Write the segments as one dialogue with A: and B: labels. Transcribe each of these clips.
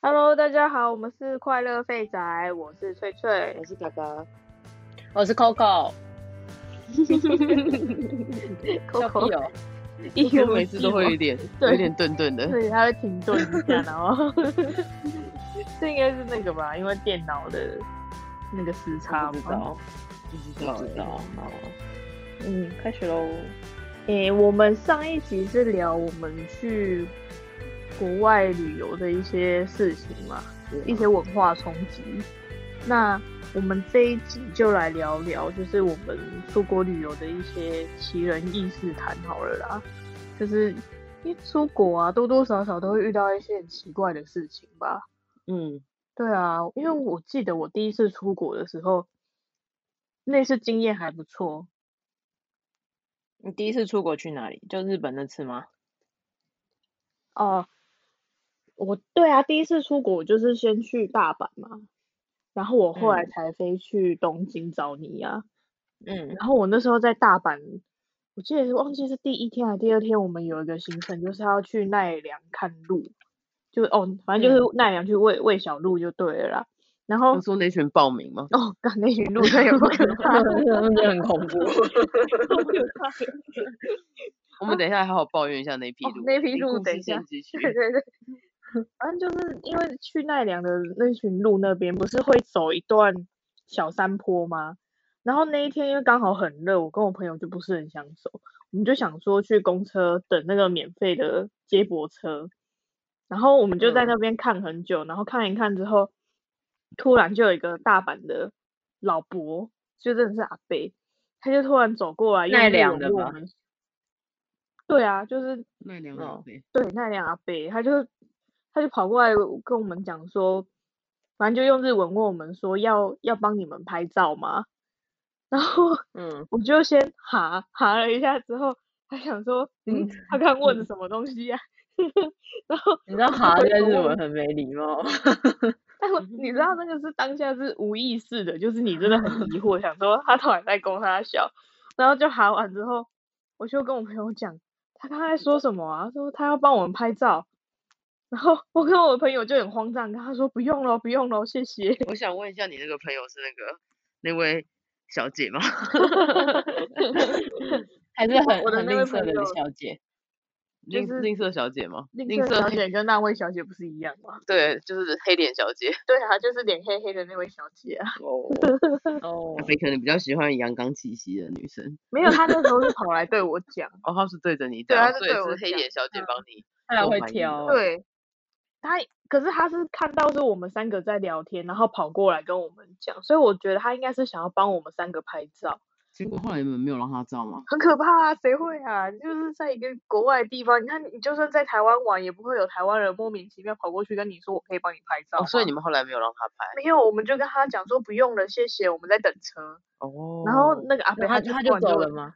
A: Hello，大家好，我们是快乐废宅，我是翠翠
B: 我。是嘎嘎，
C: 我是 Coco，
A: Coco
C: 有，
A: 一
B: 哦我每次都会有
A: 一
B: 点
A: 对
B: 有点顿顿的。
A: 对，他会停顿一下，然 后这应该是那个吧，因为电脑的那个时差
B: 不知
A: 嘛。
B: 道，不知道，
C: 不知道
B: 好
A: 嗯，开学喽。诶、我们上一集是聊我们去国外旅游的一些事情嘛，一些文化冲击。那我们这一集就来聊聊，就是我们出国旅游的一些奇人异事谈好了啦。就是因为出国啊，多多少少都会遇到一些很奇怪的事情吧。
B: 嗯，
A: 对啊，因为我记得我第一次出国的时候，那次经验还不错。
B: 你第一次出国去哪里？就日本那次吗？
A: 哦，我对啊，第一次出国我就是先去大阪嘛，然后我后来
B: 嗯
A: 才飞去东京找你啊呀、
B: 嗯，
A: 然后我那时候在大阪，我记得忘记是第一天还是第二天，我们有一个行程就是要去奈良看鹿，就哦，反正就
B: 嗯
A: 是奈良去喂喂小鹿就对了啦。然后
B: 我说那群报名 吗？
A: 哦，刚那群鹿真的有够可 怕，
C: 真的很恐怖。
A: 好可怕。
B: 我们等一下好好抱怨一下那批
A: 哦
B: 路。
A: 那批
B: 你
A: 路
B: 故事
A: 等一下
B: 先 继续。
A: 对对 对，反正就是因为去奈良的那群路那边，不是会走一段小山坡吗？然后那一天因为刚好很热，我跟我朋友就不是很想走，我们就想说去公车等那个免费的接驳车，然后我们就在
B: 嗯
A: 那边看很久，然后看一看之后，突然就有一个大阪的老伯，就真的是阿伯，他就突然走过来，用
C: 奈
A: 日
C: 良
A: 文
C: 的
A: 问我
C: 吗
A: 们对啊，就是
B: 那两
C: 哦
B: 杯。
A: 对，奈良阿伯，他就他就跑过来跟我们讲说，反正就用日文问我们说要要帮你们拍照吗？ 然后
B: 嗯，
A: 我就先哈哈了一下，之后他想说，嗯，他刚问的什么东西呀、 然后
C: 你知道哈在日文很没礼貌，
A: 但我你知道那个是当下是无意识的，就是你真的很疑惑，想说他到底在攻他笑，然后就喊完之后，我就跟我朋友讲，他刚才说什么啊？说他要帮我们拍照，然后我跟我的朋友就很慌张，跟他说不用了，不用了，谢 谢。
B: 我想问一下，你那个朋友是那个那位小姐 吗？
C: 还是
A: 我
C: 很
A: 的
C: 很
A: 那
C: 吝
A: 位
C: 啬
A: 朋
C: 的
A: 友
C: 小姐。
B: 吝
A: 是
B: 吝啬小姐吗？
A: 吝啬小姐跟那位小姐不是一样吗？
B: 对，就是黑脸小 姐。
A: 对啊，就是脸黑黑的那位小姐啊。
C: 哦哦，
B: 你可能比较喜欢阳刚气息的女生。
A: 没有，她那时候是跑来对我讲，
B: 哦，她是对着你
A: 对
B: 讲，
A: 她是
B: 所以
A: 对我
B: 是黑
A: 讲
B: 脸小姐
A: 嗯
B: 帮你。
C: 他
B: 我
C: 会哦
B: 怀疑
C: 挑。，
A: 对，他可是他是看到是我们三个在聊天，然后跑过来跟我们讲，所以我觉得他应该是想要帮我们三个拍照，
B: 结果后来你们没有让她照吗？
A: 很可怕啊！谁会啊？就是在一个国外的地方，你看你就算在台湾玩，也不会有台湾人莫名其妙跑过去跟你说我可以帮你拍照
B: 哦，
A: 吗、
B: 所以你们后来没有让她拍。
A: 没有，我们就跟他讲说不用了，谢谢，我们在等车。
B: 哦。
A: 然后那个阿伯
C: 然后他
A: 就
C: 他
A: 突
C: 就
A: 然
C: 走了，吗？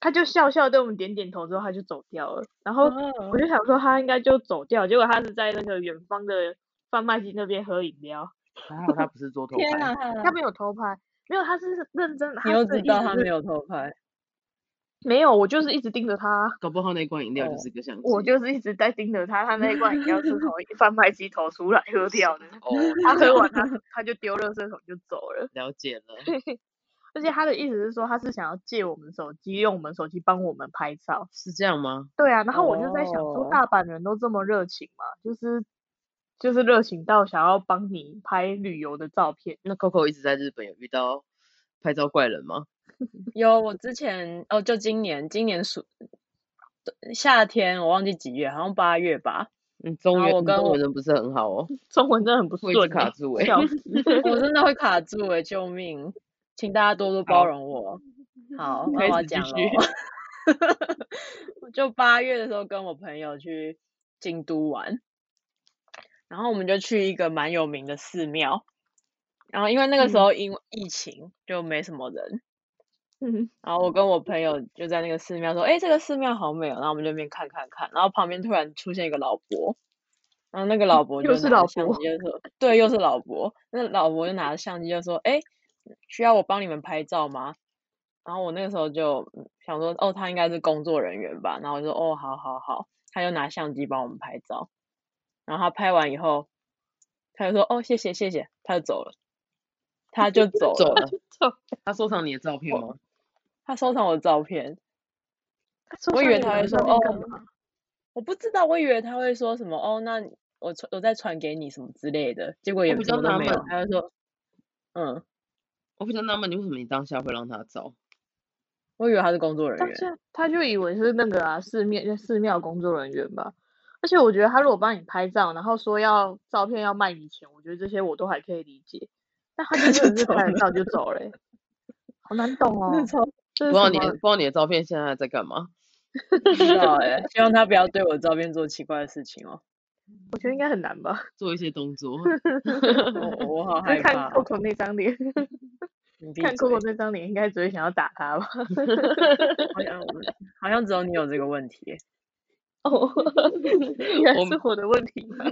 A: 他就笑笑对我们点点头之后他就走掉了，然后。
C: 哦
A: 我就想说他应该就走掉，结果他是在那个远方的贩卖机那边喝饮料，
B: 还好她不是做偷
C: 天
B: 拍。
C: 啊！
A: 他没有偷拍，没有，他是认真，
C: 你
A: 他
C: 又
A: 是
C: 知
A: 一
C: 道
A: 直
C: 他
A: 是
C: 没有偷拍，
A: 没有，我就是一直盯着他，
B: 搞不好那罐饮料就
C: 哦
B: 是个相机。
A: 我就是一直在盯着他，他那一罐饮料 是从贩卖机投出来喝掉的，
B: 哦，是
A: 他
B: 这
A: 喝
B: 样
A: 完 他他就丢垃圾桶就走了，
B: 了解了。
A: 而且他的意思是说他是想要借我们手机，用我们手机帮我们拍照，
B: 是这样吗？
A: 对啊，然后我就在想说
C: 哦
A: 大阪人都这么热情嘛，就是。就是热情到想要帮你拍旅游的照片，
B: 那 Coco 一直在日本有遇到拍照怪人吗？
C: 有，我之前哦，就今年，今年暑夏天，我忘记几月，好像八月吧。
B: 嗯，中
C: 然
B: 原
C: 后我
B: 你
C: 跟
B: 中
C: 我
B: 文真的不是很好 哦，
A: 中文真的很不
B: 会
A: 顺
B: 一直
A: 欸、
B: 卡住哎。
A: 笑死
C: 我真的会卡住哎、救命！请大家多多包
B: 好
C: 容我。好，
B: 开
C: 那我要
B: 始继
C: 讲
B: 续
C: 了。我 就八月的时候跟我朋友去京都玩，然后我们就去一个蛮有名的寺庙，然后因为那个时
A: 嗯
C: 候因为疫情就没什么人，
A: 嗯，
C: 然后我跟我朋友就在那个寺庙说：“哎，这个寺庙好美哦。”然后我们就那边看看看，然后旁边突然出现一个老伯，然后那个老伯
A: 又
C: 就是拿着
A: 老
C: 相
A: 伯
C: 机就说：“对，又是老伯。”那老伯就拿着相机就说：“哎，需要我帮你们拍照吗？”然后我那个时候就嗯想说：“哦，他应该是工作人员吧？”然后我就说：“哦，好好好。”他就拿相机帮我们拍照，然后他拍完以后，他就说哦谢谢谢谢，他就走了，他就走了，
B: 走了。
A: 走
B: 他收藏你的照片吗？
C: 他收藏我的照片，
A: 我
C: 我以为他会说哦
A: 干嘛？
C: 我不知道，我以为他会说什么哦，那你我传我再传给你什么之类的，结果也
B: 我比
C: 什
B: 较
C: 么都
B: 纳
C: 没
B: 闷
C: 有，，他就说嗯，
B: 我比较纳闷，你为什么你当下会让他照？
C: 我以为他是工作人
A: 但
C: 员，
A: 是他就以为是那个啊寺庙寺庙工作人员吧。而且我觉得他如果帮你拍照，然后说要照片要卖你钱，我觉得这些我都还可以理解。但他就真
C: 就
A: 的是
C: 走
A: 拍了
C: 了
A: 照就走了欸、好难懂 哦。
C: 那超
A: 这是
B: 不知道
A: 什
B: 你的不
A: 么？
B: 知道你的照片现在在干嘛？
C: 不知道哎、希望他不要对我照片做奇怪的事情哦，
A: 我觉得应该很难吧。
B: 做一些动 作。
C: 我我好害
A: 就看
C: 怕哦，
A: Coco 那张脸，
C: 你闭
A: 看
C: 嘴
A: Coco 那张脸，应该只会想要打他 吧？
C: 好像我们好像只有你有这个问题耶，
A: 哦，原来
B: 我
A: 是我的问题 吗？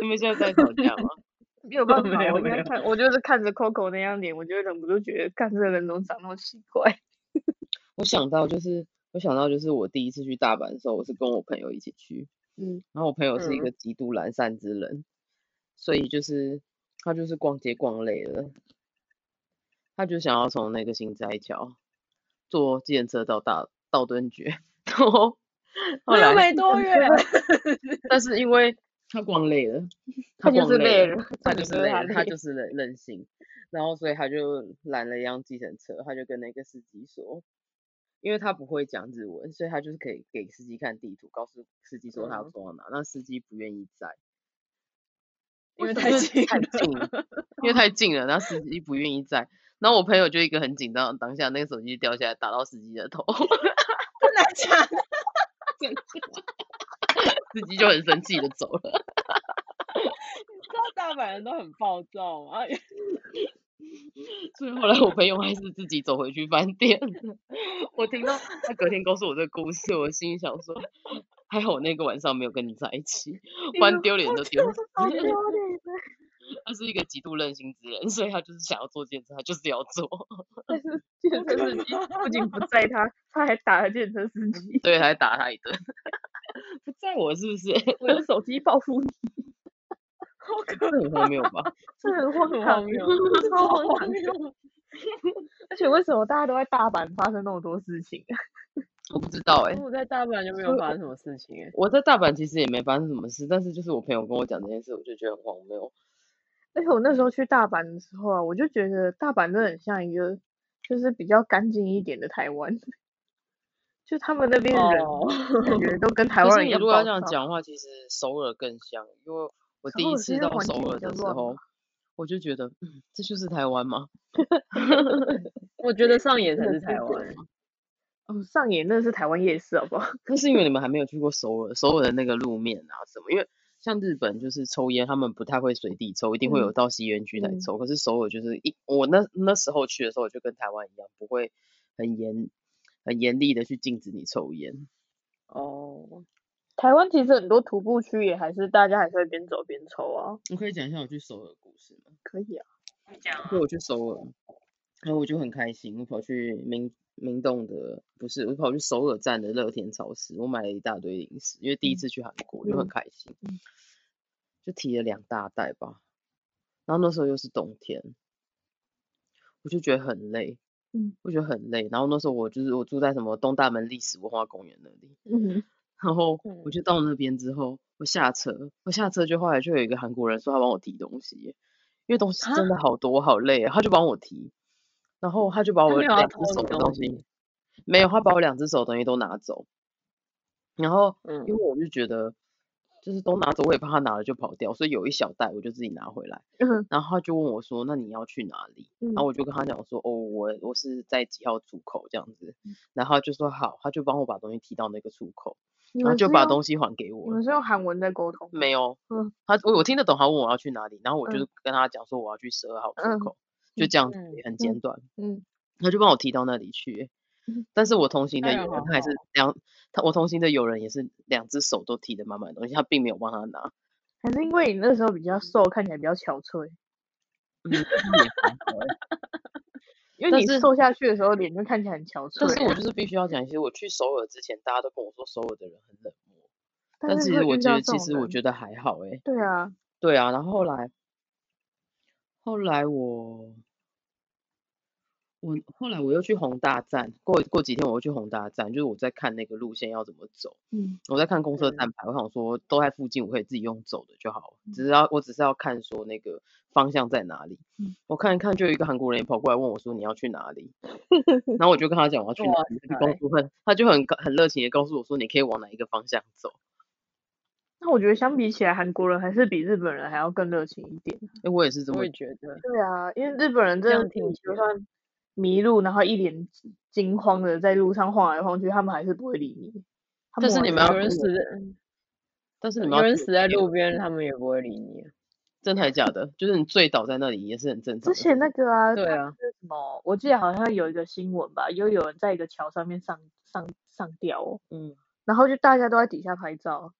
B: 你们现在在吵架吗？
A: 没有办
C: 没
A: 法，
C: 有
A: 我应
C: 没
A: 该
C: 有
A: 看，我就是看着 Coco 那张脸，我就忍不住觉得，看这个人怎么长那么奇怪？
B: 我想到就是，我想到就是我第一次去大阪的时候，我是跟我朋友一起去，
A: 嗯，
B: 然后我朋友是一
C: 嗯
B: 个极度懒散之人，所以就是他就是逛街逛累了，他就想要从那个新斋桥坐计程车到大道顿崛，然后后
C: 那又
B: 来，
C: 没多远，
B: 但是因为他逛累了，
A: 他就
B: 逛
A: 是累
B: 了
A: 了，
B: 他
A: 重点
B: 就是
A: 是
B: 累
A: 他
B: 了，他
A: 累
B: 就是任任性，然后所以他就拦了一辆计程车，他就跟那个司机说，因为他不会讲日文，所以他就是可以给司机看地图，告诉司机说他要
C: 嗯
B: 坐到哪，那司机不愿意载，
C: 因为
B: 什
C: 太
B: 么
C: 近
B: 太
C: 了，
B: 近了，因为太近了，然后司机不愿意载，然后我朋友就一个很紧张，当下那个手机掉下来打到司机的头，
C: 真 的假的？
B: 司机就很生气的走了。
C: 你知道大阪人都很暴躁啊 吗？
B: 所以后来我朋友还是自己走回去饭店了。 我听到他隔天告诉我这个故事，我心里想说，还好我那个晚上没有跟你在一起，不然丢脸都丢死。
A: 好丢脸 啊！
B: 他是一个极度任性之人，所以他就是想要做兼职，他就是要做，
A: 但是健身司机不仅不载他，他还打了健身司机，
B: 所以还打他一顿。 不在我是不是？
A: 我用 手机报复你，
C: 好可
B: 这很荒谬吧？
A: 这很荒
C: 很
A: 唐
C: 荒谬，
A: 超荒
C: 荒
A: 唐！
C: 谬！
A: 而且为什么大家都在大阪发生那么多事情？啊
B: 我不知道哎、
C: 我在大阪就没有发生什么事情哎、
B: 我在大阪其实也没发生什么事，但是就是我朋友跟我讲这件事，我就觉得很荒谬。
A: 而且我那时候去大阪的时候啊，我就觉得大阪真的很像一个，就是比较干净一点的台湾， 就他们那边的人
C: 哦，
A: 感 觉都跟台
B: 可
A: 湾
B: 是
A: 人一
B: 你
A: 样
B: 如果要
A: 暴
B: 这样
A: 躁。
B: 讲的话，其实首尔更像，因为我
A: 首
B: 第一
A: 尔
B: 次
A: 现在
B: 到
A: 环
B: 首
A: 境
B: 尔
A: 比较
B: 的时
A: 乱吧
B: 候，我就觉得，嗯，这就是台湾吗？
C: 我觉得上野才
A: 真的
C: 是
A: 是
C: 台
A: 这
C: 湾，
A: 哦，上野那是台湾夜市，好不好？
B: 那是因为你们还没有去过首尔，首尔的那个路面啊什么，因为像日本就是抽烟，他们不太会随地抽，一定会有
A: 嗯
B: 到吸烟区来
A: 嗯
B: 抽。可是首尔就是一，我那那时候去的时候，就跟台湾一样，不会很严很严厉的去禁止你抽烟。
C: 哦，
A: 台湾其实很多徒步区也还是大家还是会边走边抽啊，
B: 我可以讲一下我去首尔的故事吗？
A: 可以啊。
C: 你讲啊
B: 对，我去首尔，然后我就很开心，我跑去明明洞的，不是，我跑去首尔站的乐天超市，我买了一大堆零食，因为第一次去韩国，我就很
A: 嗯
B: 开心，
A: 嗯
B: 就提了两大袋吧。然后那时候又是冬天，我就觉得很累，
A: 嗯，
B: 我觉得很累。然后那时候我就是我住在什么东大门历史文化公园那里，
A: 嗯，
B: 然后我
C: 嗯
B: 就到那边之后，我下车，我下车就后来就有一个韩国人说他帮我提东西，因为东西真的好多，我好累啊，他就帮我提，然后他就把
C: 嗯他
B: 我
C: 没有要
B: 两只
C: 偷你
B: 手的
C: 东
B: 东西，没有，他把我两只手的东西都拿走，然后
C: 嗯
B: 因为我就觉得就是都拿走，我也怕他拿了就跑掉，所以有一小袋我就自己拿回来。
A: 嗯
B: 然后他就问我说：“那你要去哪里？”然后我就跟他讲说：“哦，我我是在几号出口这样子。”
C: 嗯
B: 然后他就说：“好。”他就帮我把东西提到那个出口，
A: 你
B: 然后
A: 们
B: 就是把
A: 用
B: 东西还给
A: 你
B: 我
A: 们
B: 了。
A: 是用韩文在沟通吗？
B: 没有，
A: 嗯
B: 他我我听得懂他问我要去哪里，然后我就
A: 嗯
B: 是跟他讲说我要去十二号出
A: 嗯
B: 口，就
A: 嗯
B: 这样子
C: 嗯
B: 很简短，
A: 嗯，
B: 他就帮我提到那里去。
A: 嗯
B: 但是我同行的
C: 那
B: 友
C: 人
B: 人
C: 好
B: 他也是两，他我同行的友人也是两只手都提的满满的东西，他并没有帮他 拿。
A: 还是因为你那时候比较瘦，看起来比较憔悴，
B: 嗯，也还 好欸
A: 因为
B: 但
A: 你
B: 是
A: 瘦下去的时候脸就看起来很憔悴
B: 但
A: 啊。
B: 是我就是必须要讲，其实我去首尔之前，大家都跟我说首尔的人很冷漠，但
A: 是
B: 其实
A: 会
B: 我
A: 遇
B: 觉
A: 到
B: 得
A: 这
B: 其
A: 种
B: 实我
A: 人
B: 觉得还好诶、欸
A: 对啊，
B: 对啊，然后后来后来我，我后来我又去宏大站，过过几天我又去宏大站，就是我在看那个路线要怎么走，
A: 嗯，
B: 我在看公车站牌，我想说都在附近，我可以自己用走的就好了，
C: 嗯
B: 只是要我只是要看说那个方向在哪里。
A: 嗯
B: 我看一看，就有一个韩国人也跑过来问我说你要去哪 里，然后我就跟他讲我要去哪
C: 哇
B: 里，他就告诉很他就很很热情的告诉我说你可以往哪一个方向走。
A: 那我觉得相比起来，韩国人还是比日本人还要更热情一点。
B: 哎，我也是这么
C: 我也觉得，
A: 对啊，因为日本人
C: 这
A: 真
C: 样
A: 的
C: 听
A: 你
C: 起
A: 就
C: 来
A: 算迷路，然后一脸惊慌的在路上晃来晃去，他们还是不会理你。他
B: 但是
A: 还
B: 你
A: 是
B: 们要
C: 有人
B: 跟
C: 死
B: 我
C: 在，
B: 但是你们
C: 呃有
B: 要
C: 人
B: 记得
C: 死在
B: 记得
C: 路边，他们也不会理你。啊
B: 真的还假的？就是你醉倒在那里也是很正常
A: 之
B: 的事情。
A: 前那个啊，
C: 对啊，
A: 是什么？我记得好像有一个新闻吧，又有人在一个桥上面上上上吊哦，
B: 嗯，
A: 然后就大家都在底下拍照，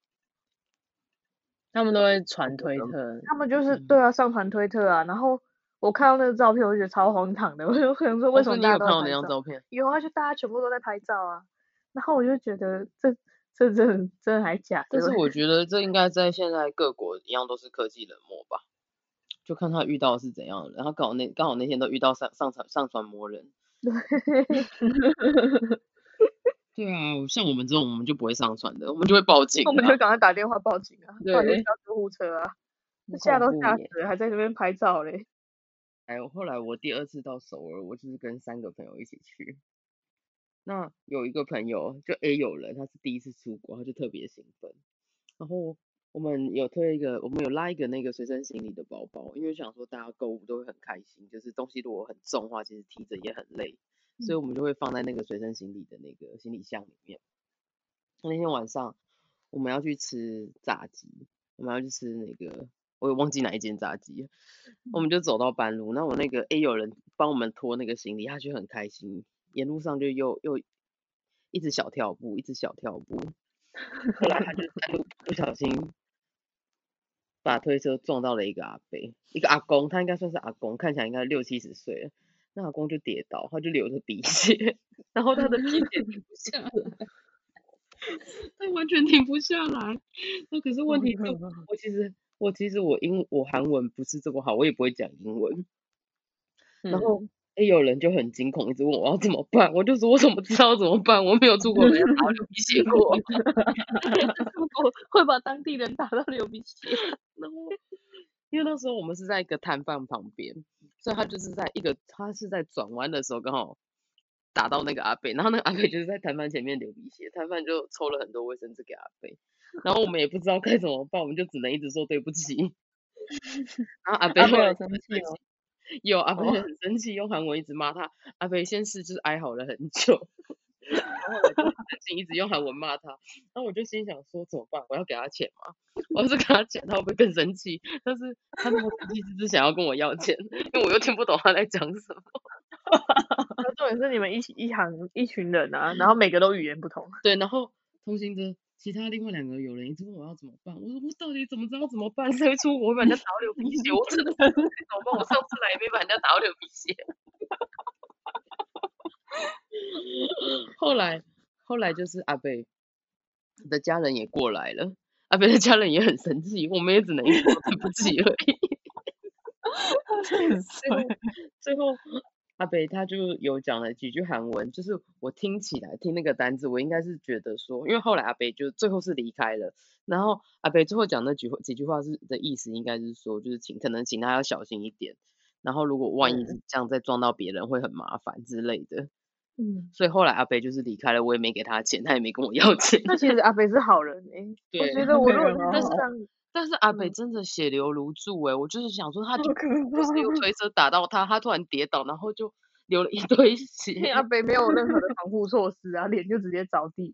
C: 他们都会传推
B: 能
C: 特，
A: 他们就是
B: 嗯
A: 对啊，上传推特啊，然后我看到那个照片，我就觉得超荒唐的，我就想说
B: 我
A: 为什么
B: 哦你
A: 大家
B: 有看
A: 都在
B: 到那
A: 拍
B: 张
A: 照？
B: 照片？
A: 有啊，就大家全部都在拍照啊，然后我就觉得这这真的真的还假的
B: 但
A: 欸，
B: 是我觉得这应该在现在各国一样都是科技冷漠吧，就看他遇到的是怎样的。然后刚好那刚好那天都遇到上上传上传魔人。 对啊，我像我们这种我们就不会上传的，我们就会报警、啊。
A: 我们就赶快打电话报警啊，不然就
C: 对
A: 叫救护车啊，
C: 很
A: 吓都
C: 恐怖
A: 吓
C: 耶
A: 死了，还在那边拍照嘞。
B: 还有哎后来我第二次到首尔，我就是跟三个朋友一起去。那有一个朋友就 A 友人，他是第一次出国，他就特别兴奋。然后我们有推一个，我们有拉一个那个随身行李的包包，因为想说大家购物都会很开心，就是东西如果很重的话，其实提着也很累，所以我们就会放在那个随身行李的那个行李箱里面。那天晚上我们要去吃炸鸡，我们要去吃那个，我也忘记哪一间炸鸡了。我们就走到半路，那我那个 A 有人帮我们拖那个行李，他就很开心，沿路上就又又一直小跳步，一直小跳步。 后来他就半路不小心把推车撞到了一个阿伯，一个阿公，他应该算是阿公，看起来应该六七十岁了。那阿公就跌倒，他就流着鼻血， 然后他的鼻血停不 下来，他完全停不下来。那可是问
C: 哦
B: 题就我其实我其实我英我韩文不是这么好，我也不会讲英文。然
C: 嗯
B: 后也有人就很惊恐，一直问我要怎么办，我就说我怎么知道怎么办？我没有出国，没有打流鼻血过。
A: 我会把当地人打到流鼻血。
B: 然后因为那时候我们是在一个摊贩旁边，所以他就是在一个他是在转弯的时候刚好打到那个阿贝，然后那个阿贝就是在摊贩前面流鼻血，摊贩就抽了很多卫生纸给阿贝，然后我们也不知道该怎么办，我们就只能一直说对不起。然后阿贝
C: 阿
B: 后
C: 贝
B: 来
C: 啊有 生气吗？
B: 有 阿飞
C: 哦
B: 啊很生气，用韩文一直骂他。阿飞先是就是哀嚎了很久， 然后我就很生气，一直用韩文骂他。然后我就心想说怎么办？我要给他钱吗？ 我要是给他钱，他会不会更生气？但是他那么生气，只是想要跟我要钱， 因为我又听不懂他在讲什么。
A: 然 后重点是你们一起一行一群人啊，然后每个都语言不同。
B: 对，然后同行的其他另外两个友人一直问我要怎么办，我说我到底怎么知道怎么办？ 谁会出国会把人家打到流鼻血？我真的不知道该怎么办？我上次来也没把人家打到流鼻血。 后来，后来就是阿贝的家人也过来了，阿贝的家人也很生气，我们也只能一直说 对不起而已。最后，最后阿北他就有讲了几句韩文，就是我听起来听那个单字，我应该是觉得说，因为后来阿北就最后是离开了，然后阿北最后讲那几话几句话是的意思，应该是说就是请可能请他要小心一点，然后如果万一
C: 嗯
B: 是这样再撞到别人会很麻烦之类的，
A: 嗯，
B: 所以后来阿北就是离开了，我也没给他钱，他也没跟我要 钱。
A: 那其实阿北是好人哎、我
B: 对
A: 觉得我
C: 对
A: 如果
C: 很
A: 是
B: 好
A: 这样，
B: 但是阿北
A: 嗯
B: 真的血流如注哎、我就是想说他
C: 好
B: 就
C: 可
B: 就是用推车打到他，他突然跌倒，然后就流了一堆血。
A: 因为阿北没有任何的防护措施啊，脸就直接着地。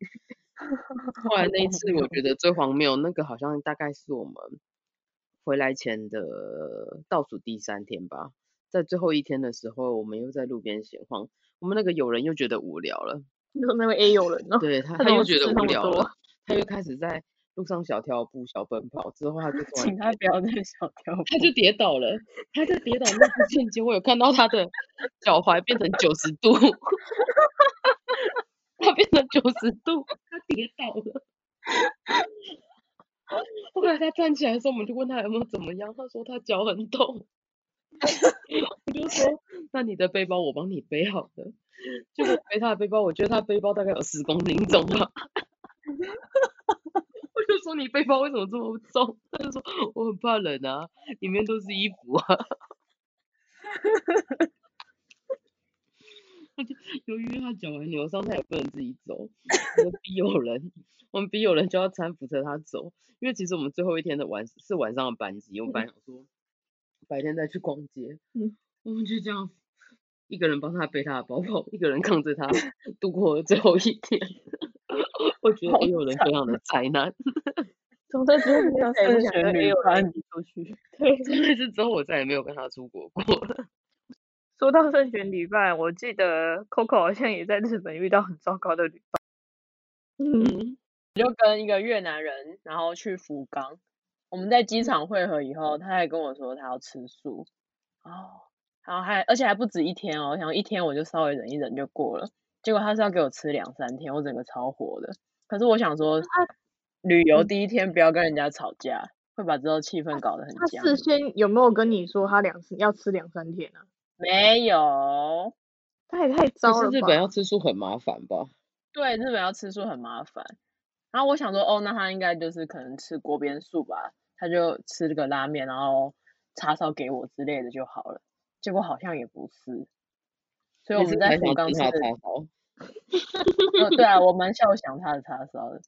B: 后来那一次，我觉得最荒谬，那个好像大概是我们回来前的倒数第三天吧，在最后一天的时候，我们又在路边闲晃，我们那个友人又觉得无聊了，
A: 你说那位 A 友人哦，
B: 对他
A: 他
B: 他
A: 怎
B: 又
A: 么
B: 觉
A: 吃
B: 得
A: 那
B: 无
A: 么
B: 聊
A: 多
B: 了，他又开始在路上小跳步、小奔跑，之后他就突然
C: 请他不要再 小跳步。
B: 他就跌倒了，他就跌倒那一瞬间，我有看到他的脚踝变成九十度，他变成九十度， 他跌倒了。后来他站起来的时候，我们就问他有没有怎么样，他说他脚很痛。 我就说那你的背包我帮你背好了。结果我背他的背包，我觉得他的背包大概有十公斤重吧。 我就说你背包为什么这么重？他就说我很怕冷啊，里面都是衣服 啊。他就由于他脚很扭伤，他也不能自己走，我们逼有人，我们逼有人就要搀扶着他走。因为其实我们最后一天的晚是晚上的班级，我们本来想说白天再去逛街，
A: 嗯，
B: 我们就这样一个人帮他背他的包包，一个人扛着他度过了最后一天。 我觉得
C: 好
B: 也有人非常的灾难，
A: 从这之后没有
C: 谁
A: 谁
C: 不
A: 不想
C: 想跟
A: 跟
C: A
A: A
C: 友
A: 友
C: 人一
A: 一起出去。
B: 真的是之后我再也没有跟他出国过了。
A: 说到慎选旅伴，我记得 Coco 好像也在日本遇到很糟糕的旅伴。
B: 嗯，
C: 我就跟一个越南人，然后去福冈，我们在机场汇合以后，他还跟我说他要吃素，哦，然后还而且还不止一天哦，我想一天我就稍微忍一忍就过了，结果他是要给我吃两三天，我整个超火的。可是我想说，旅游第一天不要跟人家吵架，会把之后气氛搞得很
A: 他
C: 僵。
A: 事先有没有跟你说他两要吃两三天啊？
C: 没有，
A: 他也太
B: 可
A: 糟了
B: 是
A: 吧！
B: 日本要吃素很麻烦吧？
C: 对，日本要吃素很麻烦。然后我想说，哦，那他应该就是可能吃锅边素吧，他就吃这个拉面，然后叉烧给我之类的就好了。结果好像也不是，所以我
B: 你
C: 们
B: 是蛮
C: 在福
B: 想
C: 冈
B: 吃
C: 吃
B: 他
C: 的
B: 的，叉烧。
C: 呃对啊，我蛮笑想他的叉 烧的。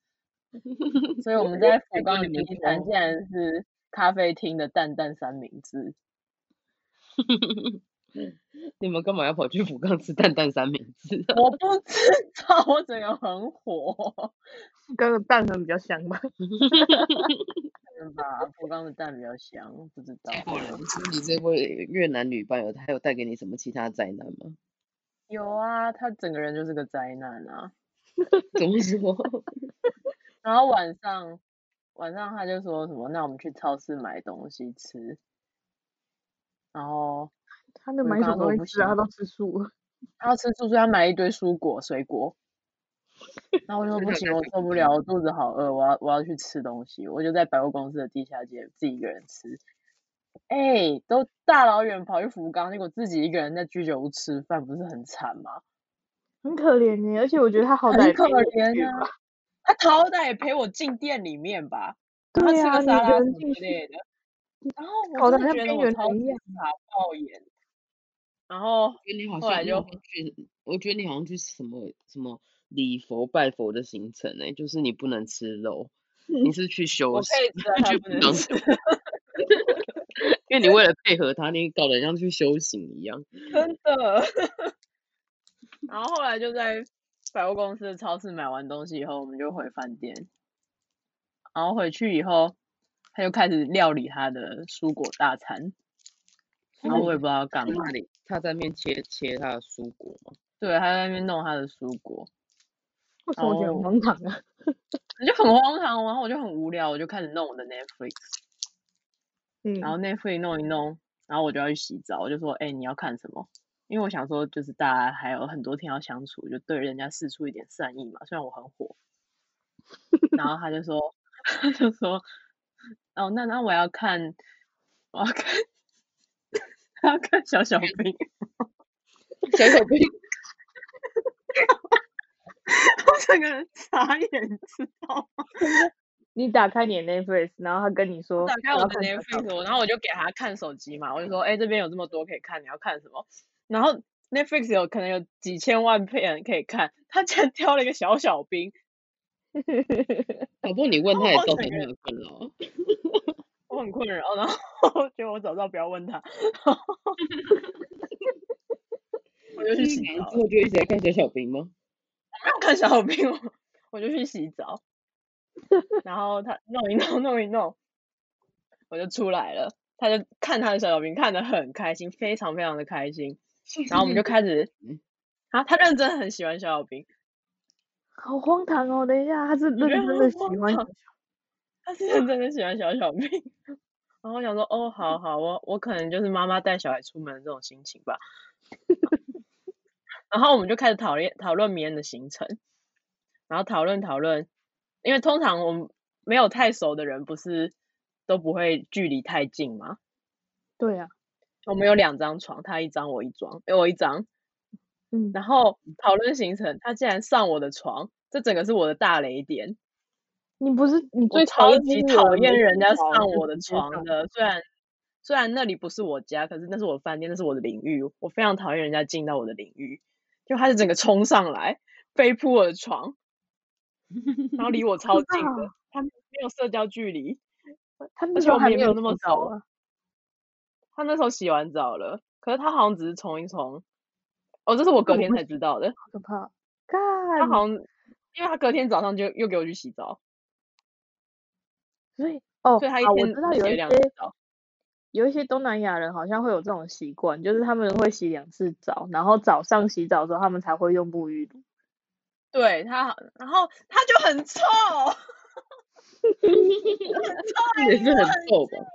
C: 所以我们
B: 太
C: 在福冈
B: 棒
C: 的
B: 了
C: 第一餐
B: 哦
C: 竟然是咖啡厅的蛋蛋三明 治，
B: 你们干嘛要跑去福冈吃蛋蛋三明治？
C: 我不知道，我整个很火，
A: 跟蛋可能比较像吧。
C: 对 吧？福冈的蛋比较香，不知 道。
B: 啊你这位越南女伴友，她有带给你什么其他灾难吗？
C: 有啊，他整个人就是个灾难啊。
B: 怎么说？
C: 然后晚上晚上他就说什么，那我们去超市买东西吃。然后
A: 他那
C: 我就
A: 买
C: 跟
A: 什
C: 他
A: 么
C: 说
A: 东
C: 我不
A: 西吃啊？
C: 行
A: 他都吃素了。
C: 他要吃素，所以他买一堆蔬果水果。然后我就说
B: 真
C: 不
B: 的
C: 行，
B: 该
C: 我
B: 回
C: 受不了，我肚子好饿，我要我要去吃东西。我就在百货公司的地下街自己一个人吃。哎、都大老远跑去福冈，结果自己一个人在居酒屋吃饭，不是很惨吗？
A: 很可怜呢、而且我觉得他好
C: 很
A: 歹也
C: 可
A: 陪我
C: 怜
A: 去
C: 啊
A: 吧
C: 他好歹也陪我进店里面吧，然后
A: 对
C: 吃
A: 啊
C: 个
A: 你
C: 沙
A: 一个
C: 拉
A: 人
C: 什么
A: 进
C: 之类的。然后
A: 搞
C: 我
A: 得
C: 真的
A: 像
C: 觉得
A: 边
C: 我
A: 缘
C: 超
A: 人一
C: 级
A: 样
C: 傻爆眼。然后
B: 觉得你好
C: 后来
B: 像
C: 就
B: 去，我觉得你好像去什么什么礼佛拜佛的行程呢、就是你不能吃肉，你是去
C: 嗯我
B: 休
C: 可
B: 息，
C: 以吃啊，
B: 去
C: 他不
B: 不
C: 能
B: 能
C: 吃。
B: 吃， 因为你为了配合他，你搞得像去修行一样。
C: 真的。然后后来就在百货公司的超市买完东西以后，我们就回饭店。然后回去以后，他就开始料理他的蔬果大餐，然后我也不知道要干嘛
B: 那。里他在面切切他的蔬果 嘛，
C: 对，他在那边弄他的蔬果，
A: 为什么我觉得
C: 哦
A: 很荒唐啊？
C: 就很荒唐。然后我就很无聊，我就开始弄我的 Netflix，
A: 嗯，
C: 然后 Netflix 弄一弄，然后我就要去洗澡，我就说：“哎、你要看什么？”因为我想说，就是大家还有很多天要相处，就对人家示出一点善意嘛。虽然我很火，然后他就说， 他就说：“哦，那那我要看，我要看， 他要看小小兵。”
B: 小 小兵
C: 我整个人傻眼，你知道吗？
A: 你打开你的 Netflix，然后他跟你说
C: 打开
A: 我
C: 我
A: 要
C: 的
A: 看小小
C: Netflix，我然后我就给他看手机嘛，我就说，哎、这边有这么多可以看，你要看什么？然后 Netflix 有可能有几千万片可以看，他竟然挑了一个小小兵，
B: 搞不好你问他也
C: 我
B: 造
C: 整
B: 成
C: 个
B: 他的困扰。
C: 我很困扰，然后觉得我早知道不要问他，
A: 嗯
C: 然后我就去洗
B: 嗯之
C: 澡了，
B: 后就一直在看小小兵吗？
C: 没有看小小兵，我我就去洗澡，然后他弄一弄弄一弄，我就出来了，他就看他的小小兵，看得很开心，非常非常的开心。然后我们就开始
B: 嗯，
C: 啊，他认真很喜欢小小兵，
A: 好荒唐哦！等一下，他是认
C: 觉得
A: 真
C: 很
A: 的喜
C: 荒
A: 欢
C: 唐他是认真的喜欢小小兵。 然后我想说，哦，好好，我我可能就是妈妈带小孩出门的这种心情吧。 然后我们就开始讨论讨论明天的行程，然后讨论讨论，因为通常我们没有太熟的人，不是都不会距离太近嘛，
A: 对啊，
C: 我们有两张床，他一张我一张，哎我一张，
A: 嗯，
C: 然后讨论行程，他竟然上我的床，这整个是我的大雷点。
A: 你不是你
C: 我
A: 最
C: 超
A: 厌
C: 级
A: 就是有
C: 讨
A: 人
C: 厌
A: 没
C: 人家
A: 睡着
C: 上
A: 就
C: 我的
A: 直接
C: 床
A: 上
C: 的，虽然虽然那里不是我家，可是那是我的饭店，那是我的领域，我非常讨厌人家进到我的领域，就他是整个冲上来，飞扑我的 床，然后离我超
A: 可
C: 近
A: 怕
C: 的，啊他没有社交距离，
A: 他那
C: 而
A: 时
C: 且
A: 候
C: 我
A: 还
C: 们也
A: 没
C: 没有
A: 有
C: 那么
A: 洗澡
C: 熟
A: 啊，
C: 他那时候洗完澡了，可是他好像只是冲一冲，哦，这是我隔
A: 么
C: 天
A: 会
C: 才知道的，
A: 好可怕。啊
C: 他
A: 干，
C: 好像因为他隔天早上就又给我去洗澡，
A: 所以哦，
C: 所以他一
A: 好我
C: 天
A: 知道
C: 洗
A: 有
C: 了
A: 一
C: 两
A: 些
C: 次澡，
A: 有一些东南亚人好像会有这种习惯，就是他们会洗两次澡，然后早上洗澡的时候他们才会用沐浴露。
C: 对他好，然后他就很臭。
B: 也是很臭吧？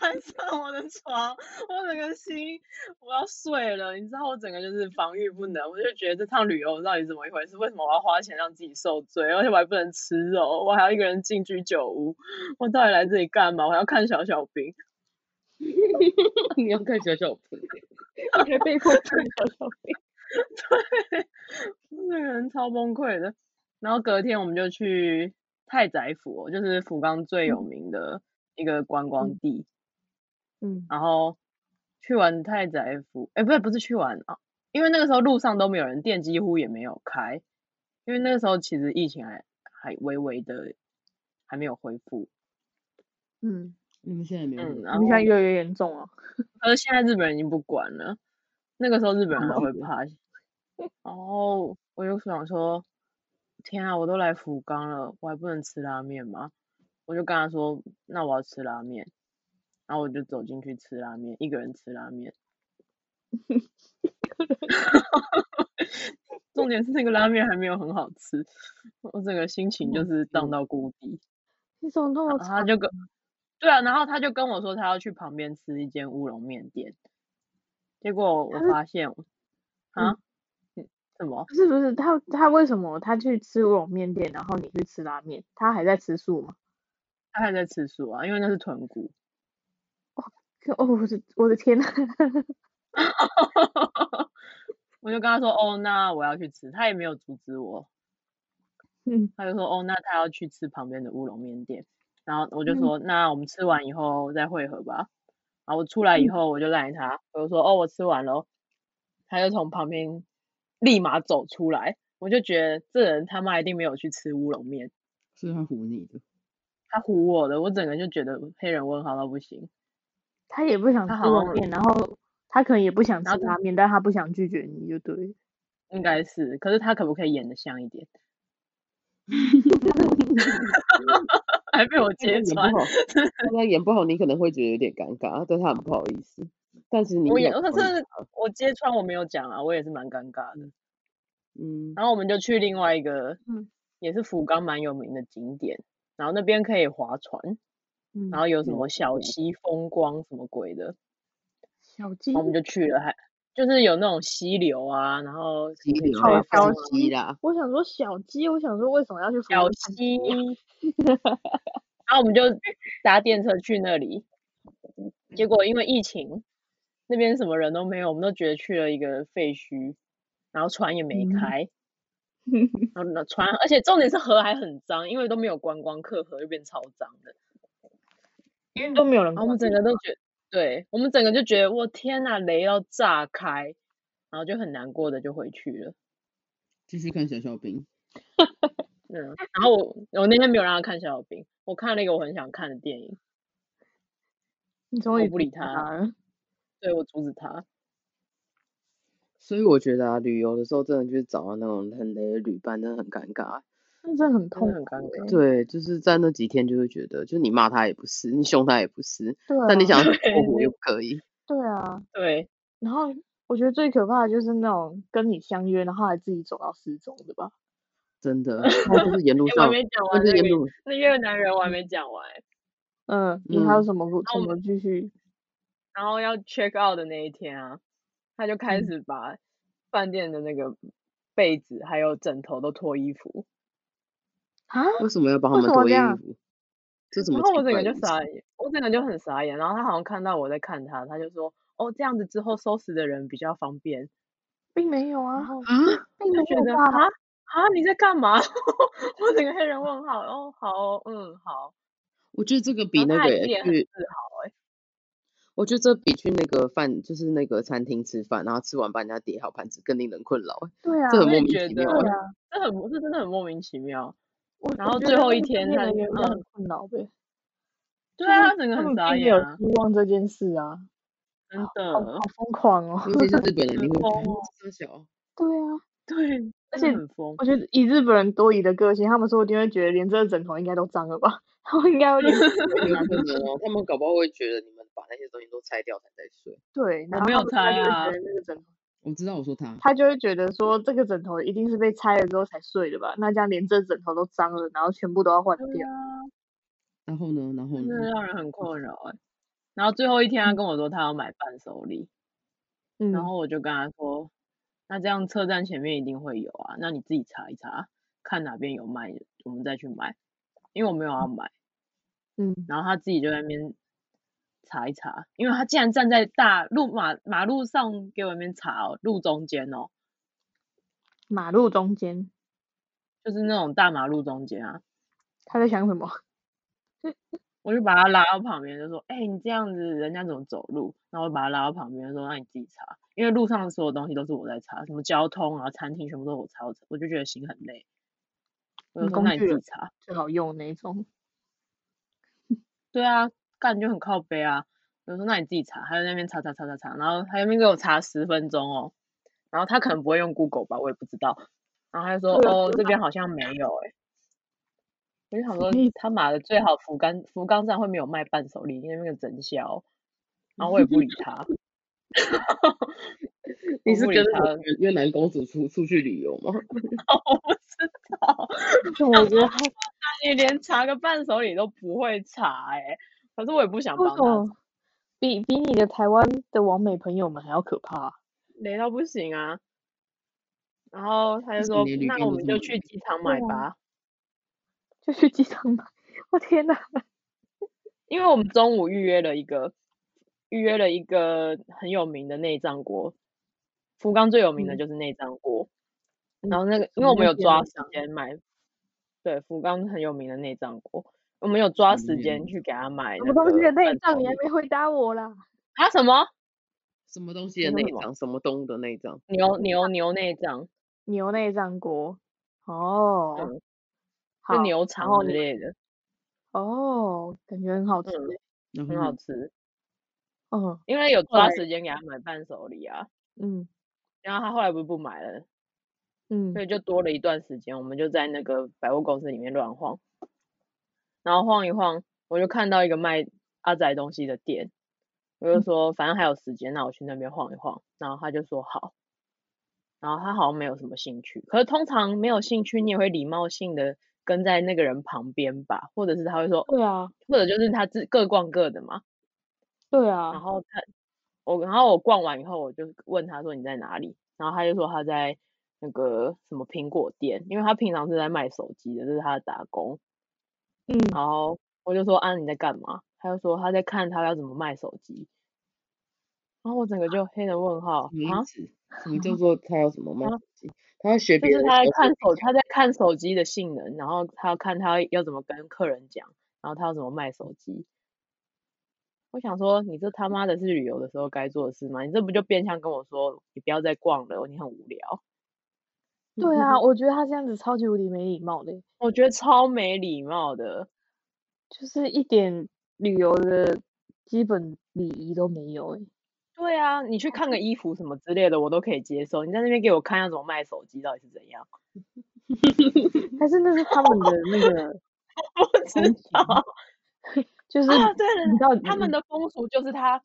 C: 还上我的床，我整个心我要碎了，你知道我整个就是防御不能，我就觉得这趟旅游到底怎么一回事？为什么我要花钱让自己受罪，而且我还不能吃肉，我还要一个人进居酒屋，我到底来这里干嘛？我还要看小小兵，
B: 你要看小小 兵，
A: 你还被 迫看小小兵，
C: 我整个人超崩溃的。然后隔天我们就去太宰府哦，就是福冈最有
A: 嗯
C: 名的一个观光
A: 嗯
C: 地。
A: 嗯，
C: 然后去完太宰府，哎，不是不是去完啊，因为那个时候路上都没有人，店几乎也没有开，因为那个时候其实疫情还还微微的还没有恢复，
A: 嗯，
B: 你们现在没有
C: 嗯，
B: 人
C: 然
A: 你
C: 后
A: 现在越来越严重了。
C: 可是现在日本人已经不管了，那个时候日本人还
B: 哦
C: 会怕，然后我就想说，天啊，我都来福冈了，我还不能吃拉面吗？我就跟他说，那我要吃拉面，然后我就走进去吃拉面，一个人吃拉面。 重点是那个拉面还没有很好吃，我整个心情就是荡
B: 嗯
C: 到谷底。
A: 你怎么哦那么
C: 然后啊他
A: 惨？
C: 就跟，对啊，然后他就跟我说他要去旁边吃一间乌龙面店，结果我
A: 他是嗯
C: 发现，啊，嗯什么？
A: 不是不是，他他为什么他去吃乌龙面店，然后你去吃拉面？他还在吃素吗？
C: 他还在吃素啊，因为那是豚骨。
A: 就哦，我的我的天呐，
C: 我就跟他说，哦，那我要去吃，他也没有阻止我，
A: 嗯，
C: 他就说，哦，那他要去吃旁边的乌龙面店，然后我就
A: 嗯
C: 说，那我们吃完以后再会合吧。然后我出来以
A: 嗯
C: 后，我就赖他，我就说，哦，我吃完喽。他就从旁边立马走出来，我就觉得这人他妈一定没有去吃乌龙面，
B: 是他唬你的，
C: 他唬我的，我整个就觉得黑人问号到不行。
A: 他也不想
C: 他
A: 吃
C: 好
A: 乌龙
C: 像
A: 面，然后他可能也不想
C: 然
A: 吃
C: 后他
A: 拉面，但他不想拒绝你就对了。
C: 应该是，可是他可不可以演的像一点？ 还被我
B: 他
C: 揭
B: 演不
C: 穿
B: 好，，他演不好，你可能会觉得有点尴尬，但他很不好意思。但是你
C: 我
B: 一
C: 演，
B: 点
C: 可
B: 不会
C: 是我揭穿我没有讲啊，我也是蛮尴尬的。
B: 嗯，
C: 然后我们就去另外一个，
A: 嗯
C: 也是福冈蛮有名的景点，然后那边可以划船，
A: 嗯
C: 然，后有什
B: 嗯
C: 么小
B: 对
C: 溪风光什么鬼的，
A: 小鸡
B: 嗯
C: 然后我们就去了，还就是有那种溪流啊，然后
B: 急
C: 可以
B: 流
A: 好
C: 吹
B: 啊，
A: 小
B: 不
C: 风啊
B: 是
A: 鸡
B: 急啦，
A: 我想说小鸡，我想说为什么要去福
C: 小
A: 冈看
C: 溪，
A: 鸡啊
C: 然 后我们就搭电车去那里，结果因为疫情，那边什么人都没有，我们都觉得去了一个废墟，然后船也没
A: 嗯
C: 开，然后那船，而且重点是河还很脏，因为都没有观光客，河就变超脏的。
A: 因为都没有人
C: 然后我们
A: 管。
C: 整个都觉对我们整个就觉得，我天呐，雷要炸开，然后就很难过的就回去了。
B: 继续看小小兵。
C: 嗯，然后我我那天没有让他看小小兵，我看了一个我很想看的电影，
A: 你终
C: 我
A: 于
C: 不理
A: 知道
C: 他
A: 了，
C: 对我阻止他。
B: 所以我觉得啊，旅游的时候真的就是找到那种很雷的旅伴，真的很尴尬。
A: 那真的很
C: 真的
A: 痛
C: 很尴
A: 苦
C: 尬
A: 欸。
B: 对，就是在那几天就会觉得，就你骂他也不是，你凶他也不是，
A: 对啊，
B: 但你想要过
C: 对
B: 火 又不可以。
A: 对啊。
C: 对，
A: 然后我觉得最可怕的就是那种跟你相约，然后还自己走到失踪的吧。
B: 真 的，他就是沿路
C: 哎、我还
B: 上，
C: 没讲
B: 就
C: 完
B: 是
C: 那
B: 沿
C: 个
B: 路，
C: 那越南人，我还没讲完。
A: 嗯，你还有
B: 嗯
A: 什么故
C: 那
A: 什
C: 我
A: 么继续？
C: 然后要 check out 的那一天啊，他就开
A: 嗯
C: 始把饭店的那个被子还有枕头都脱衣服，
A: 啊？
B: 为什么要帮他
A: 为什
B: 们
A: 么
B: 脱
A: 这
B: 衣
A: 样
B: 服？这怎么
C: 然后
B: 奇
C: 我整
B: 怪
C: 个
B: 的东
C: 就
B: 西？
C: 傻眼，我整个就很傻眼。然后他好像看到我在看他，他就说：“哦，这样子之后收拾的人比较方便。
A: 并没有啊
C: 然，后
B: 啊，
A: 并
C: 我
A: 没
C: 就觉得
A: 有吧？
C: 啊啊，你在干嘛？ 我整个黑人问号。哦，好哦，嗯，好。
B: 我觉得这个比
C: 然后
B: 那
C: 他还
B: 个
C: 一
B: 欸
C: 脸很
B: 去
C: 自，豪，
B: 我觉得这比去那个饭，就是那个餐厅吃饭，然后吃完把人家叠好盘子更令人困扰欸，
A: 对啊，
B: 这很
C: 我
B: 莫
C: 也
B: 名
C: 觉
B: 其
C: 得
B: 妙
A: 对
B: 欸。
A: 啊。
C: 这很这真的很莫名其妙。
A: 我
C: 然
A: 我
C: 后
A: 觉
C: 最
A: 得
C: 后
A: 那
C: 一
A: 个
C: 天
A: 店
C: 他
A: 的
C: 就
A: 员工
C: 嗯
A: 很困扰呗。
C: 对
A: 就
C: 啊，
A: 是
C: 整个
A: 他
C: 很
A: 们
C: 傻
A: 并没有
C: 眼啊，呃
A: 希望这件事啊，
C: 真
A: 好
C: 的
A: 好，疯狂哦。
B: 尤其是日本人，你会觉
C: 疯
B: 得
C: 哦
B: 这小
A: 对啊，
C: 对，
A: 而
C: 真
A: 且
C: 的很疯。
A: 我觉得以日本人多疑的个性，他们说一定会觉得连这个枕头应该都脏了吧， 他们应该有点
B: 有可能哦，他们搞不好会觉得你们把那些东西都拆掉才在睡。
A: 对，然
C: 我
A: 后他
C: 没有
A: 们他就
C: 猜
A: 会觉
C: 啊
A: 得那个枕头，
B: 我知道，我说他，
A: 他就会觉得说这个枕头一定是被拆了之后才睡的吧，那这样连这枕头都脏了，然后全部都要换
C: 对
A: 掉。
C: 啊，
B: 然后呢，然后
C: 真
B: 呢，
C: 的让人很困扰哎、然后最后一天，他跟我说他要买伴手礼，
A: 嗯，
C: 然后我就跟他说，那这样车站前面一定会有啊，那你自己查一查，看哪边有卖的，我们再去买，因为我没有要买。
A: 嗯，
C: 然后他自己就在那边查一查，因为他竟然站在大路马马路上给我那边查哦，路中间哦，
A: 马路中间，
C: 就是那种大马路中间啊，
A: 他在想什么？
C: 我就把他拉到旁边，就说：“哎、你这样子，人家怎么走路？”然后我把他拉到旁边，说：“那你自己查，因为路上所有东西都是我在查，什么交通啊、餐厅全部都是我查，我我就觉得心很累。”我就
A: 很
C: 说：“那
A: 嗯工具
C: 你自己
A: 人
C: 查。
A: 最好用的那种。”
C: 对啊，干就很靠背啊。我就说：“那你自己查。”他就在那边查查查查查，然后他在那边给我查十分钟哦。然后他可能不会用 Google 吧，我也不知道。然后他就说：“
A: 对啊
C: 哦，
A: 对
C: 这边好像没有哎、我就想说
A: 么意，
C: 他妈的，最好福冈福冈站会没有卖伴手礼，因为那个真销、然后我也不理 他。
B: 你
C: 我
B: 是
C: 不理
B: 跟
C: 他
B: 我越越南公主出出去旅游吗？
C: 我不知道，
A: 就我觉得他
C: 你连查个伴手礼都不会查哎、可是我也不想
A: 为
C: 帮
A: 什
C: 他，
A: 么比比你的台湾的王美朋友们还要可怕啊、
C: 雷到不行啊。然后他
B: 为
C: 就
B: 什
C: 说
B: 么连：“旅店
C: 那我
B: 都
C: 们
B: 这
C: 就
B: 么
C: 去机场
A: 对
C: 买
A: 啊
C: 吧，
A: 就去机场买。我天哪！
C: 因为我们中午预约了一个，预约了一个很有名的内脏锅，福冈最有名的
A: 嗯
C: 就是内脏锅。
A: 嗯
C: 然后那个，因
A: 么
C: 为我
A: 类
C: 们有
A: 型的
C: 抓
A: 内
C: 时
A: 脏
C: 间买，对，福冈很有名的内脏锅，我们有抓
B: 什么
C: 时
A: 嗯
B: 内
C: 间
B: 脏
C: 去给他买
A: 什
C: 那
A: 么东西
C: 个
A: 的内
C: 伴
A: 脏？啊
C: 手
A: 你还
C: 礼
A: 没回答我啦！
C: 啊？什么
B: 什么东西的
C: 你说
B: 内
C: 什么
B: 脏？什么东的内脏？
C: 牛牛牛内脏？
A: 牛内脏锅。哦，
C: 嗯，
A: 好，
C: 就牛
A: 然
C: 肠
A: 后
C: 之
A: 你
C: 类的，
A: 哦，感觉很好吃
C: 嗯
A: 欸。
B: 然后
C: 很好
B: 呢？
C: 吃。
A: 嗯
C: 因为有
A: 后
C: 抓
A: 来
C: 时间给他买伴手礼啊，
A: 嗯
C: 然后他后来不是不买了，所
A: 嗯
C: 以就多了一段时间，我们就在那个百货公司里面乱晃，然后晃一晃，我就看到一个卖阿仔东西的店，我就
A: 嗯
C: 说反正还有时间，那我去那边晃一晃，然后他就说好，然后他好像没有什么兴趣，可是通常没有兴趣，你也会礼貌性的跟在那个人旁边吧，或者是他会说，
A: 对啊，
C: 或者就是他自各逛各的嘛，
A: 对
C: 然
A: 啊，
C: 后他我然后我逛完以后，我就问他说你在哪里，然后他就说他在那个什么苹果店，因为他平常是在卖手机的，这是他的打工。
A: 嗯，
C: 然后我就说啊你在干嘛？他就说他在看他要怎么卖手机。然后我整个就黑人问号
B: 什么意
C: 啊，
B: 思？什么叫做他要怎么卖
C: 啊
B: 手机？他要学
C: 就
B: 别
C: 是
B: 人
C: 他在
B: 销售
C: 看手他在看手机的性能，然后他要看他要怎么跟客人讲，然后他要怎么卖手机。我想说，你这他妈的是旅游的时候该做的事吗？你这不就变相跟我说你不要再逛了，你很无聊。
B: 嗯
A: 对啊，我觉得他这样子超级无敌没礼貌的欸，
C: 我觉得超没礼貌的，
A: 就是一点旅游的基本礼仪都没有哎。
C: 对啊，你去看个衣服什么之类的，我都可以接受。你在那边给我看要怎么卖手机，到底是怎样？
A: 还是那是他们的那个
C: 我不知
A: 风情
C: 道
A: 哦 就是
C: 啊，对了
A: 你到底
C: 他们的风俗就是他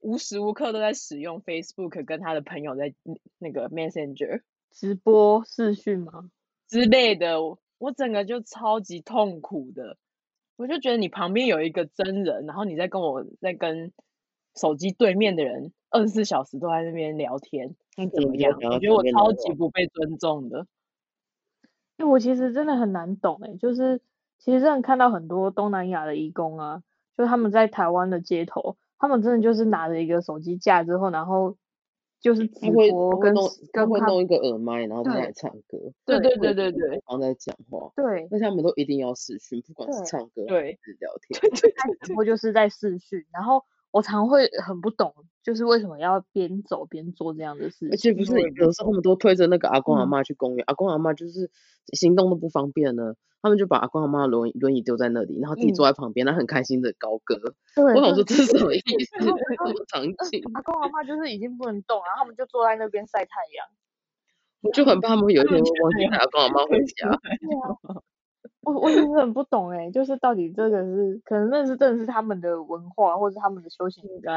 C: 无时无刻都在使用 Facebook 跟他的朋友在那那个 Messenger
A: 直播视讯吗？
C: 之类的，我我整个就超级痛苦的。我就觉得你旁边有一个真人，然后你在跟我在跟手机对面的人二十四小时都在那边聊天，
B: 他
C: 怎
B: 怎
C: 么
B: 么
C: 样？我觉得我超级不被尊重的。
A: 欸因为我其实真的很难懂哎、就是其实真的看到很多东南亚的移工啊，就他们在台湾的街头，他们真的就是拿着一个手机架之后，然后就是
B: 嗯他
A: 直
B: 会
A: 播
B: 他会
A: 跟
B: 弄他
A: 跟
B: 会
A: 他
B: 弄一个耳麦，然后在那
A: 对
B: 里唱歌，
C: 对
A: 对
C: 对对对对
B: 然后在讲话，
A: 对，
B: 但是他们都一定要视讯，不管是
A: 对
B: 唱歌还
C: 对
B: 是聊天，
A: 然后就是在视讯，然后我常会很不懂，就是为什么要边走边做这样的事
B: 而
A: 情，
B: 且不是有时候我们都推着那个阿公阿
A: 嗯
B: 妈去公园，阿公阿妈就是行动都不方便了，他们就把阿公阿妈的轮椅轮椅丢在那里，然后自己坐在旁边，他很开心的高歌。
A: 对，
B: 我想
A: 就
B: 说
A: 是
B: 这是什么意思？
A: 然后我
B: 什么场景？
A: 阿公阿妈就是已经不能动，然后他们就坐在那边晒太阳。
B: 我就很怕他们有一天
C: 他们
B: 会
C: 觉
B: 忘
C: 得
B: 记带阿公阿妈回家。
A: 我我其实很不懂哎、就是到底这个是可能那是真的是他们的文化或者他们的修行。
C: 应该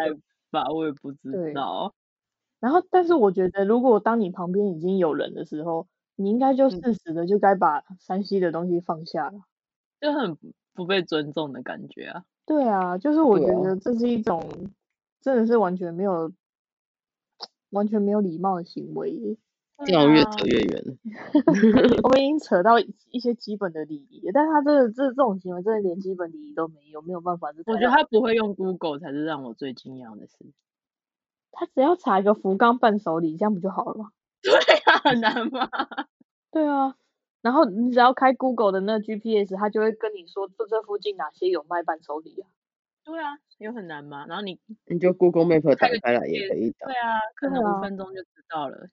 C: 吧，我也不知
A: 对
C: 道。
A: 然后，但是我觉得，如果当你旁边已经有人的时候，你应该就
B: 嗯
A: 适时的就该把山西的东西放下了。
C: 就很不不被尊重的感觉啊。
A: 对啊，就是我
B: 对
A: 觉
B: 啊
A: 得这是一种真的是完全没有完全没有礼貌的行为耶。
B: 这样越走越远。
A: 我们已经扯到一些基本的礼仪了，但他真的这这种行为真的连基本礼仪都没有，没有办法。这太
C: 我觉得
A: 让
C: 他不会用 Google 才是让我最惊讶的事。
A: 他只要查一个福冈伴手礼，这样不就好了吗？
C: 对啊， 很难吗？
A: 对啊，然后你只要开 Google 的那 GPS，它就会跟你说这这附近哪些有卖伴手礼啊。
C: 对啊，有很难吗？然后你
B: 你就 Google Map 打
C: 开个
B: 开来也可以打
C: 对。啊，可能
A: 对
C: 五
A: 啊
C: 分钟就知道了。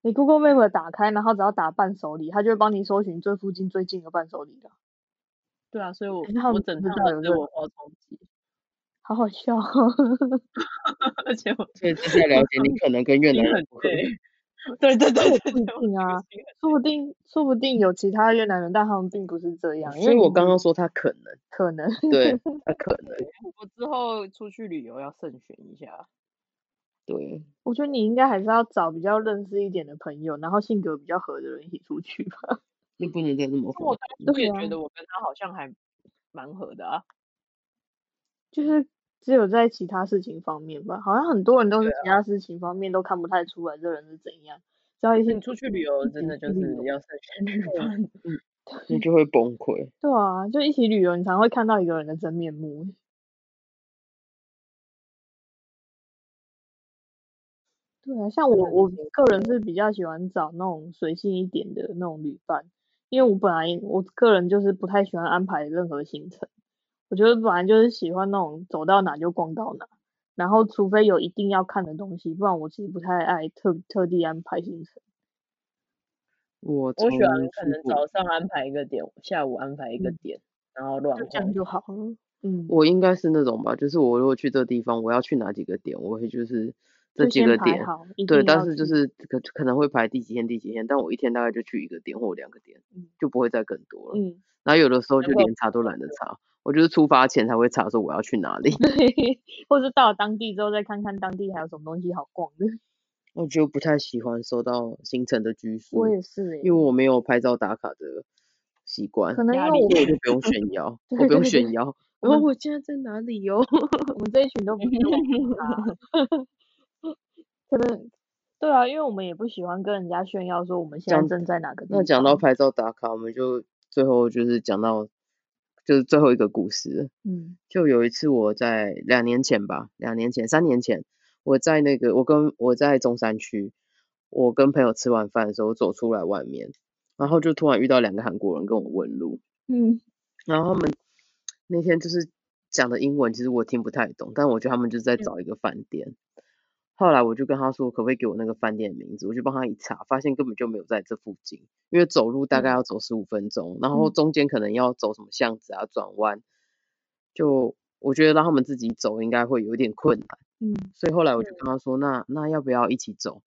A: 你 Google Map 打开，然后只要打伴手礼，它就会帮你搜寻这附近最近的伴手礼的，
C: 对啊，所以我
A: 可是他
C: 我
A: 们
C: 整
A: 不知
C: 趟
A: 道有
C: 都只
A: 这
C: 有
A: 个
C: 文化冲击，
A: 好好笑哦。
C: 而且我
B: 所以这在了解你可能 跟越
C: 心
B: 南
C: 很
B: 人不合
C: 累。对对对对
A: 不一
C: 对，我
A: 定啊
C: 心很
A: 说不定说不定有其他越南人，但他们并不是这样，因
B: 所以
A: 为
B: 我
A: 你
B: 刚刚说他可能，
A: 可能
B: 对他可能，
C: 我之后出去旅游要慎选一下。
B: 对，
A: 我觉得你应该还是要找比较认识一点的朋友，然后性格比较合的人一起出去吧。
B: 就不能再这么疯
C: 我
B: 狂。
C: 当初
A: 对
C: 也
A: 啊
C: 觉得我跟他好像还蛮合的啊。
A: 就是只有在其他事情方面吧，好像很多人都是
C: 对
B: 啊
A: 其他事情方面都看不太出来这人是怎样，只要一
B: 嗯
A: 些
C: 你出去旅游真
A: 起
C: 的就
A: 出去
C: 是
A: 旅游
C: 要慎选旅伴。
B: 你就会崩溃。
A: 对啊，就一起旅游，你常会看到一个人的真面目。对啊，像我
B: 嗯
C: 很
A: 我个人是比较喜欢找那种随性一点的那种旅伴，因为我本来我个人就是不太喜欢安排任何行程，我觉得本来就是喜欢那种走到哪就逛到哪，然后除非有一定要看的东西，不然我其实不太爱特特地安排行程。
B: 我
C: 我喜欢
B: 从
C: 可
B: 去
C: 能
B: 过
C: 早上安排一个点，下午安排一个
A: 嗯
C: 点，然后乱
A: 就这样
C: 晃
A: 就好了。嗯，
B: 我应该是那种吧，就是我如果去这地方，我要去哪几个点，我会就是这
A: 就
B: 几
A: 先
B: 个
A: 排
B: 点，
A: 好，一
B: 对，
A: 定
B: 但
A: 要
B: 是就
A: 去
B: 是可可能会排第几天第几天，但我一天大概就去一个点或两个点
A: 嗯，
B: 就不会再更多了。
A: 嗯，
B: 然后有的时候
C: 难
B: 就
C: 怪
B: 连查都懒得查，我就是出发前才会查说我要去 哪里，
A: 对，或是到了当地之后再看看当地还有什么东西好逛的。
B: 我就不太喜欢收到行程的拘束
A: 我，也是欸，
B: 因为我没有拍照打卡的习惯，
A: 可能因
C: 压
A: 为
C: 力
A: 我
B: 所
A: 们
B: 以我就不 用炫耀，
A: 对
B: 我不用
A: 对
B: 炫
A: 对
B: 耀。
A: 我
B: 然后
C: 哦嗯
A: 们
B: 我现在在哪里 哟、
A: 我们这一群都不是网红咖 可能对啊，因为我们也不喜欢跟人家炫耀说我们现在
B: 讲
A: 正在哪个地方。
B: 那讲到拍照打卡，我们就最后就是讲到就是最后一个故事了。
A: 嗯
B: 就有一次我在两年前吧，两年前、三年前，我在那个我跟我在中山区，我跟朋友吃完饭的时候走出来外面，然后就突然遇到两个韩国人跟我问路，
A: 嗯，
B: 然后他们那天就是讲的英文，其实我听不太懂，但我觉得他们就是
A: 嗯
B: 在找一个饭店。后来我就跟他说，可不可以给我那个饭店的名字？我就帮他一查，发现根本就没有在这附近，因为走路大概
A: 嗯
B: 要走十五分钟，然后
A: 嗯
B: 中间可能要走什么巷子啊、转弯，就我觉得让他们自己走应该会有一点困难。
A: 嗯，
B: 所以后来我就跟他说，那那要不要一起走？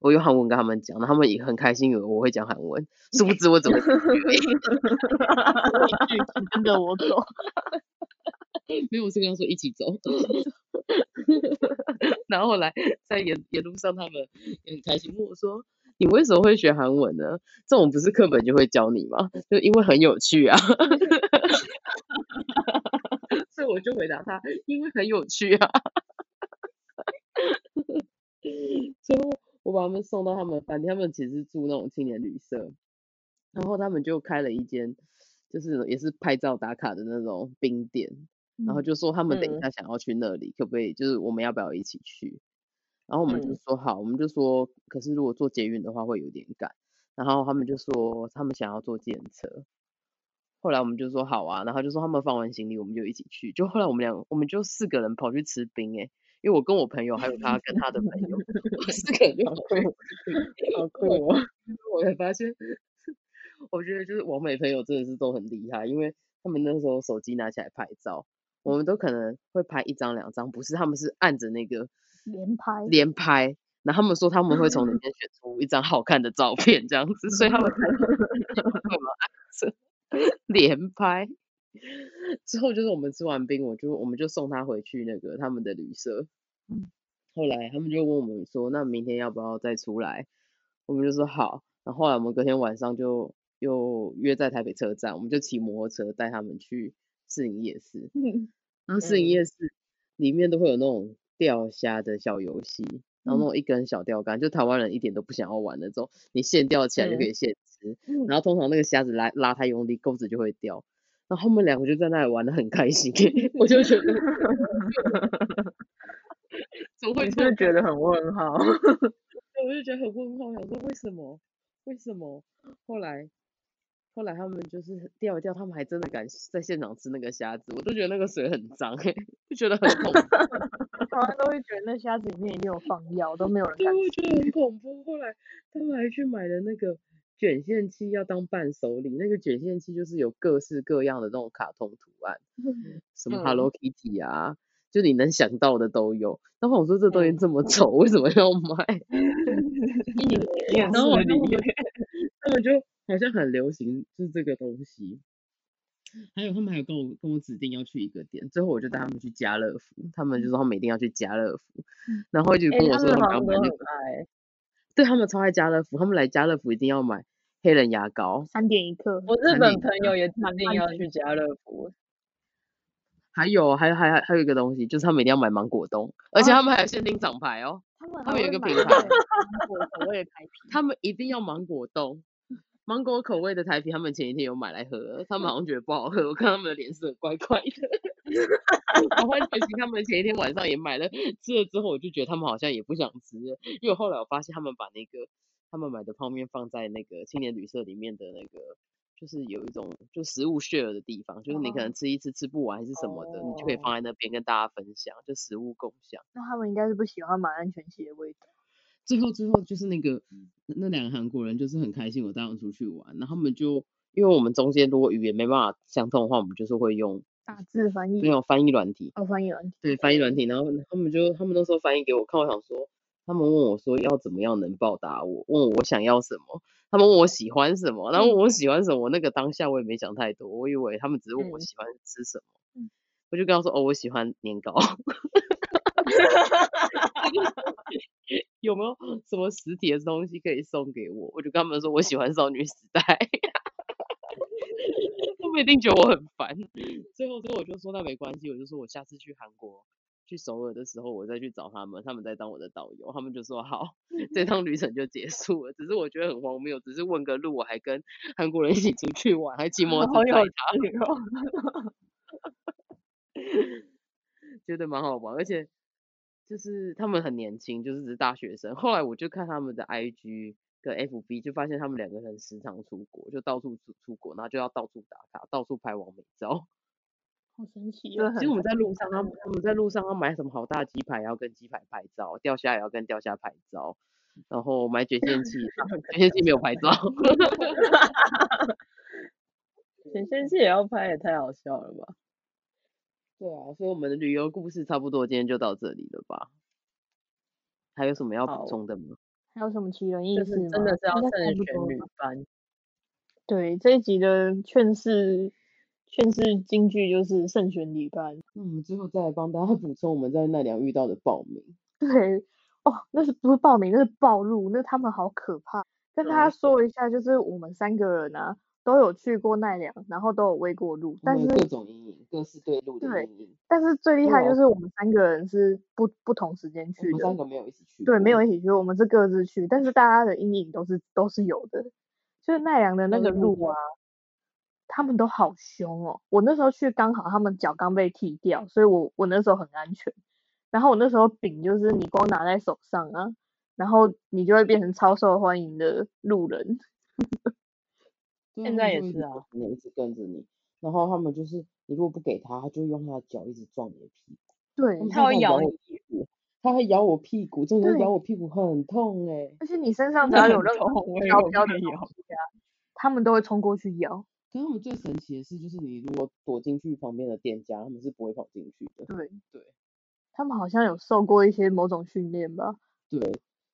B: 我用韩文跟他们讲，那他们也很开心，以为我会讲韩文， 殊不知我怎么
A: 跟着我走，
B: 没有，我是跟他说一起走。 然后后来在沿沿路上，他们也很开心问我说：“你为什么会学韩文呢？这种不是课本就会教你吗？就因为很有趣啊。” 所以我就回答他：“因为很有趣啊。” 最后我把他们送到他们饭店，他们其实是住那种青年旅社，然后他们就开了一间，就是也是拍照打卡的那种冰店， 然后就说他们等一
C: 嗯
B: 下想要去那里，可不可以？就是我们要不要一起去？然后我们就
C: 嗯
B: 说好，我们就说，可是如果坐捷运的话会有点赶。然后他们就说他们想要坐电车。后来我们就说好啊，然后就说他们放完行李，我们就一起去。就后来我们俩，我们就四个人跑去吃冰诶、因为我跟我朋友还有他跟他的朋友，我们四个人就跑去
C: 好酷哦！
B: 我才发现， 我觉得就是网美朋友真的是都很厉害，因为他们那时候手机拿起来拍照，我们都可能会拍一张两张，不是他们是按着那个
A: 连拍，
B: 连拍，然后他们说他们会从里面选出一张好看的照片这样子，所以他们才会嘛按着连拍。之后就是我们吃完冰，我就我们就送他回去那个他们的旅社。后来他们就问我们说，那明天要不要再出来？我们就说好。然后后来我们隔天晚上就又约在台北车站，我们就骑摩托车带他们去市营夜市。然后市营
C: 嗯
B: 夜市里面都会有那种钓虾的小游戏，然后那种一根小钓竿，就台湾人一点都不想要玩那种，你现钓起来就可
C: 嗯
B: 以现吃，
A: 嗯
B: 然后通常那个虾子拉拉太用力，钩子就会掉。然后他们两个就在那里玩的很开心， 我就觉得 怎么会
C: 你
B: 这
C: 是不是觉得很问号？
B: 对，我就觉得很问号，想说为什么？为什么？后来，后来他们就是钓一钓，他们还真的敢在现场吃那个虾子，我都觉得那个水很脏、 欸，就觉得很恐怖，
A: 台湾都会觉得那虾子里面一定有放药，都没有人
B: 对，
A: 敢
B: 我
A: 吃。
B: 觉得很恐怖。后来他们还去买了那个卷线器，要当伴手礼。那个卷线器就是有各式各样的那种卡通图案，
C: 嗯
B: 什么 Hello Kitty 啊，就你能想到的都有。然后我说这东西
C: 嗯
B: 这么丑，为什么要买？
C: 也
B: 然后我
C: 是
B: 就
C: 理
B: 会他们就 好像很流行就是这个东西。还有他们还有跟我跟我指定要去一个点，最后我就带他们去家乐福，他们就说他们一定要去家乐福，然后一直
C: 哎
B: 跟我
C: 他
B: 说
C: 们
B: 他
C: 好
B: 们要买
C: 像都
B: 那
C: 很
B: 个，
C: 爱，
B: 对他们超爱家乐福，他们来家乐福一定要买黑人牙膏，
A: 三点一刻，
C: 我日
B: 很
C: 本
B: 厉
C: 朋友也指
A: 慢
C: 定
A: 慢
C: 要
A: 进
C: 去家乐福，
B: 还有还有还有还有一个东西就是他们一定要买芒果冻，而且
A: 啊
B: 他们还有限定厂牌哦，
A: 他们
B: 他
A: 还
B: 们有一
A: 会
B: 个
A: 买
B: 品
A: 那
B: 牌
A: 个芒果口味的台啤，
B: 他们一定要芒果冻。芒果口味的台啤，他们前一天有买来喝，他们好像觉得不好喝，我看他们的脸色怪怪的。然后其实他们前一天晚上也买了，吃了之后我就觉得他们好像也不想吃了，因为后来我发现他们把那个他们买的泡面放在那个青年旅社里面的那个，就是有一种就食物 share 的地方，就是你可
A: 哦
B: 能吃一次吃不完还是什么的，你就可以放在那边跟大家分享，就食物共享。
A: 那他们应该是不喜欢买安全鞋的味道。
B: 最后最后就是那个那两个韩国人就是很开心，我带他们出去玩，然后他们就因为我们中间如果语言没办法相通的话，我们就是会用
A: 大致翻
B: 没
A: 译，
B: 有翻译软体，
A: 哦，翻译完，
B: 对翻译软体，然后他们就他们那时候翻译给我看，我想说他们问我说要怎么样能报答我，问我想要什么，他们问我喜欢什么，然后问我喜欢什么，我那个当下我也没想太多，我以为他们只是问我
C: 嗯
B: 喜欢吃什么
A: 嗯，
B: 我就跟他说哦我喜欢年糕。 有没有什么实体的东西可以送给我？我就跟他们说我喜欢少女时代，他们一定觉得我很烦。 最后最后我就说那没关系，我就说我下次去韩国去首尔的时候，我再去找他们，他们再当我的导游。他们就说好，这趟旅程就结束了。只是我觉得很荒谬，只是问个路，我还跟韩国人一起出去玩，还骑摩托
A: 好
B: 车载
A: 有
B: 他。
A: 趣哦。
B: 觉得蛮好玩，而且就是他们很年轻，就是只是大学生。后来我就看他们的 IG 跟 FB，就发现他们两个人时常出国，就到处出出国，然后就要到处打卡，到处拍完美照。
A: 好神奇
B: 其实我们在路上，他
A: 他
B: 们我们在路上要买什么好大鸡排，也要跟鸡排拍照；钓虾也要跟钓虾拍照。然后买卷 线器，卷线器没有拍照，
C: 显现器也要拍，也太好笑了吧？
B: 对啊，所以我们的旅游故事差不多今天就到这里了吧？还有什么要
C: 好
B: 补充的吗？
A: 还有什么奇人异
C: 就是
A: 事吗？
C: 真的是要
A: 应该差
C: 趁
A: 不
C: 选
A: 多
C: 旅
A: 吧
C: 班，
A: 对这一集的劝世劝世金句就是慎选旅伴。
B: 那我们最后再来帮大家补充我们在奈良遇到的报名。
A: 对，哦，那是不是报名，那是暴露，那他们好可怕。跟大家说一下，就是我们三个人啊，都有去过奈良，然后都有喂过鹿，
B: 他
A: 但
B: 们
A: 是
B: 有各种阴影，各式对路的
A: 对
B: 阴影。
A: 但是最厉害
B: 哇
A: 就是我们三个人是不不同时间
B: 我
A: 去
B: 们三
A: 的，
B: 个没有一起去过，
A: 对，没有一起去，我们是各自去，但是大家的阴影都是都是有的。就是奈良的那
B: 但
A: 个
B: 是路
A: 鹿啊，他们都好凶哦。我那时候去刚好他们脚刚被剃掉，所以我我那时候很安全。然后我那时候饼就是你光拿在手上啊，然后你就会变成超受欢迎的路人。
B: 对
C: 现
B: 啊
C: 在
B: 他
C: 也
B: 就一
C: 是
B: 直
C: 啊
B: 跟你一直跟着你，然后他们就是你如果不给他，他就用他的脚一直撞你的屁股，
A: 对，
B: 嗯他们
C: 它
B: 常
C: 会
B: 常
C: 咬
B: 我
C: 你
B: 屁股，他会咬我屁股，重点是
A: 对
B: 咬我屁股很痛哎、
A: 而且你身上只
C: 真
A: 要
C: 的
A: 有
C: 很
A: 任何
C: 痛我以
A: 飘
C: 为
A: 飘的
C: 会
A: 东
C: 有
A: 西啊，他们都会冲过去咬。
B: 可是我最神奇的是，就是你如果躲进去旁边的店家，他们是不会跑进去的。
A: 对
B: 对，
A: 他们好像有受过一些某种训练吧？
B: 对，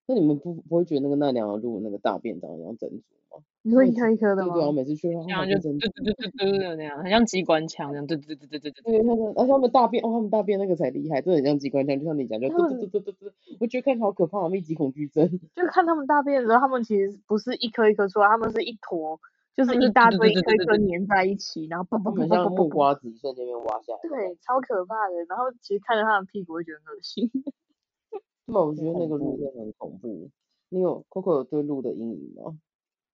B: 那你们不不会觉得那个奈良的鹿那个大便长得像珍珠吗？
A: 你说
B: 我
A: 一
B: 只
A: 颗一颗的
B: 对
A: 吗？
B: 对啊，我每次去它
C: 然
B: 好
C: 后就
B: 像
C: 嘟
B: 珍珠。
C: 嘟嘟嘟嘟的那样，很像机关枪那样，嘟嘟嘟嘟嘟嘟。
B: 对，他们，而且他们大便，哦，他们大便那个才厉害，真的很像机关枪，就像你讲，就
A: 他
B: 嘟
A: 们
B: 嘟嘟嘟嘟嘟，我觉得看起来好可怕，密集恐惧 症。
A: 就是看他们大便的时候，他们其实不是一颗一颗出来，他们是一坨，就是
C: 他们
A: 一
C: 是
A: 大
C: 对
A: 堆
C: 对
A: 一颗
C: 对
A: 一
C: 对
A: 颗
C: 对
A: 粘在一起，然后嘣
B: 他
A: 嘣
B: 们
A: 嘣
B: 很像
A: 嘣
B: 木
A: 嘣嘣，
B: 瓜子一瞬间被挖下来。
A: 对，超可怕的。然后其实看着他们屁股会觉得很恶心。
B: 对啊，我觉
C: 很
B: 得那个鹿
C: 恐怖
B: 真的很恐怖。你有 Coco 有对鹿的阴影吗？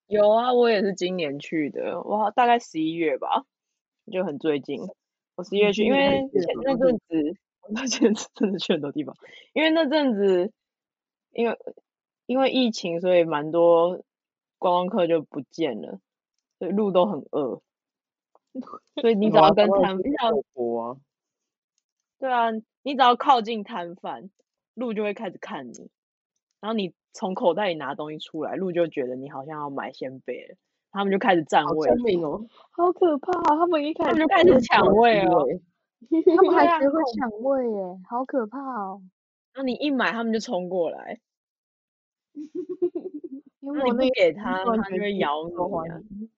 C: 有啊，我也是今年去的，哇，大概十一月吧，就很最近。我十一月去，
A: 今
C: 因
A: 年
C: 为
A: 去
C: 前
A: 了
C: 那阵子，我那阵子真的去很多地方，因为那阵子，因为因为疫情，所以蛮多观光客就不见了，所以路都很饿， 所以你只
B: 好啊
C: 要跟
B: 台湾
C: 摊，
B: 有
C: 你
B: 去
C: 只要
B: 过国啊，
C: 对啊，你只要靠近摊贩，鹿就会开始看你，然后你从口袋里拿东西出来，鹿就觉得你好像要买鲜贝了，他们就开始占
B: 好
C: 位
B: 聪
C: 置
B: 明哦，
A: 好可怕、啊！ 他们一
C: 他
A: 开始
C: 们就开始抢位
B: 对
C: 哦。，
A: 他们还
C: 对啊
A: 学会
C: 恐
A: 抢位耶，好可怕哦！
C: 那你一买，他们就冲过来，
A: 因
C: 那
A: 为
C: 你
A: 我
C: 不
A: 那
C: 给
A: 个
C: 他
A: 突然
C: 他
A: 觉
C: 就
A: 得
C: 会
A: 自己
C: 咬
A: 受
C: 你
A: 欢
C: 啊
A: 迎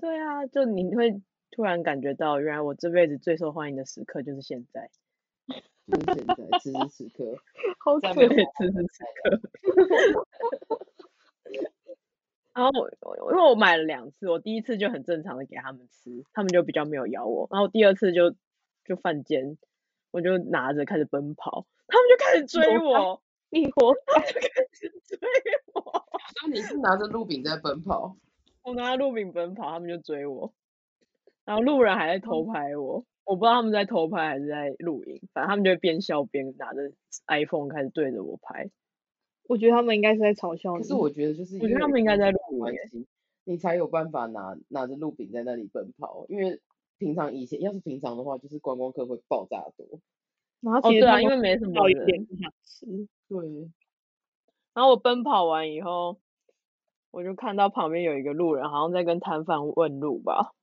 C: 对啊，就你会突然感觉到，原来我这辈子最受欢迎的时刻就是现在，
B: 就是现在，此时此 刻。
A: 好可
C: 在
A: 怕
C: 美国此时此刻。 然后我我因为我买了两次，我第一次就很正常的给他们吃，他们就比较没有咬我。然后第二次就就犯贱，我就拿着开始奔跑，他们就开 始追
A: 活该
C: 我，
A: 你活
C: 他们就开始追我，
B: 那你是拿着鹿饼在奔跑？
C: 我拿着路饼奔跑，他们就追我，然后路人还在
A: 嗯
C: 偷拍我，我不知道他们在偷拍还是在录影，反正他们就会边笑边拿着 iPhone 开始对着我拍。
A: 我觉得他们应该是在嘲笑
B: 可
A: 你。
B: 是我觉得就是因
C: 我
B: 为
C: 觉得他
B: 有
C: 们应该在录
B: 关
C: 影欸
B: 系，你才有办法拿拿着鹿饼在那里奔跑，因为平常以前要是平常的话，就是观光客会爆炸多。
A: 然后
C: 哦，
A: 其实
C: 对啊，
A: 他
C: 因为
A: 们
C: 没什么
A: 到一点
C: 人。
A: 不想吃，
B: 对，
C: 然后我奔跑完以后，我就看到旁边有一个路人，好像在跟摊贩问路吧，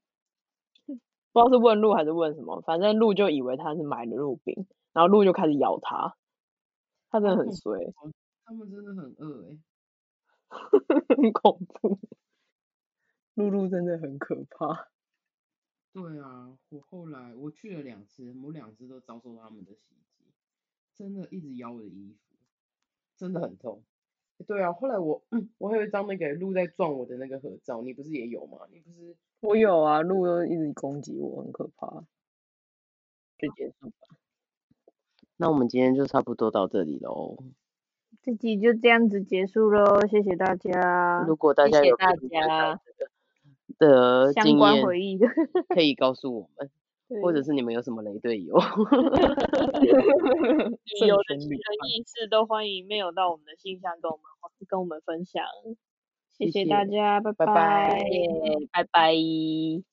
C: 不知道是问路还是问什么，反正路就以为他是买的路饼，然后路就开始咬他，他真的
B: 好
C: 很
B: 恐
C: 衰，
B: 他们真的很饿哎、
C: 很恐 怖。露露真的很可怕。
B: 对啊，我后来我去了两次，我两次都遭受到他们的袭击，真的一直咬我的衣服，真的很痛。对啊，后来我 我还有一张那个欸鹿在撞我的那个合照，你不是也有吗？你不是
C: 我有啊，鹿都一直攻击我，很可怕。就结束吧。
B: 那我们今天就差不多到这里喽。
A: 这集就这样子结束喽，谢谢大家。
B: 如果大
C: 谢
B: 家
C: 谢
B: 有
C: 大
B: 跟你分享
C: 家
B: 这个的
A: 相
B: 经
A: 关
B: 验，
A: 回忆的，
B: 可以告诉我们， 或者
A: 对
B: 是你们有什么雷队
A: 旅
B: 友，
A: 游的
C: 慎
A: 奇
C: 选
A: 人
C: 旅
A: 异事都欢迎 mail 到我们的信箱跟我们跟我们分享，谢
B: 谢
A: 谢大
B: 谢
A: 家，拜
B: 拜拜
C: 拜拜。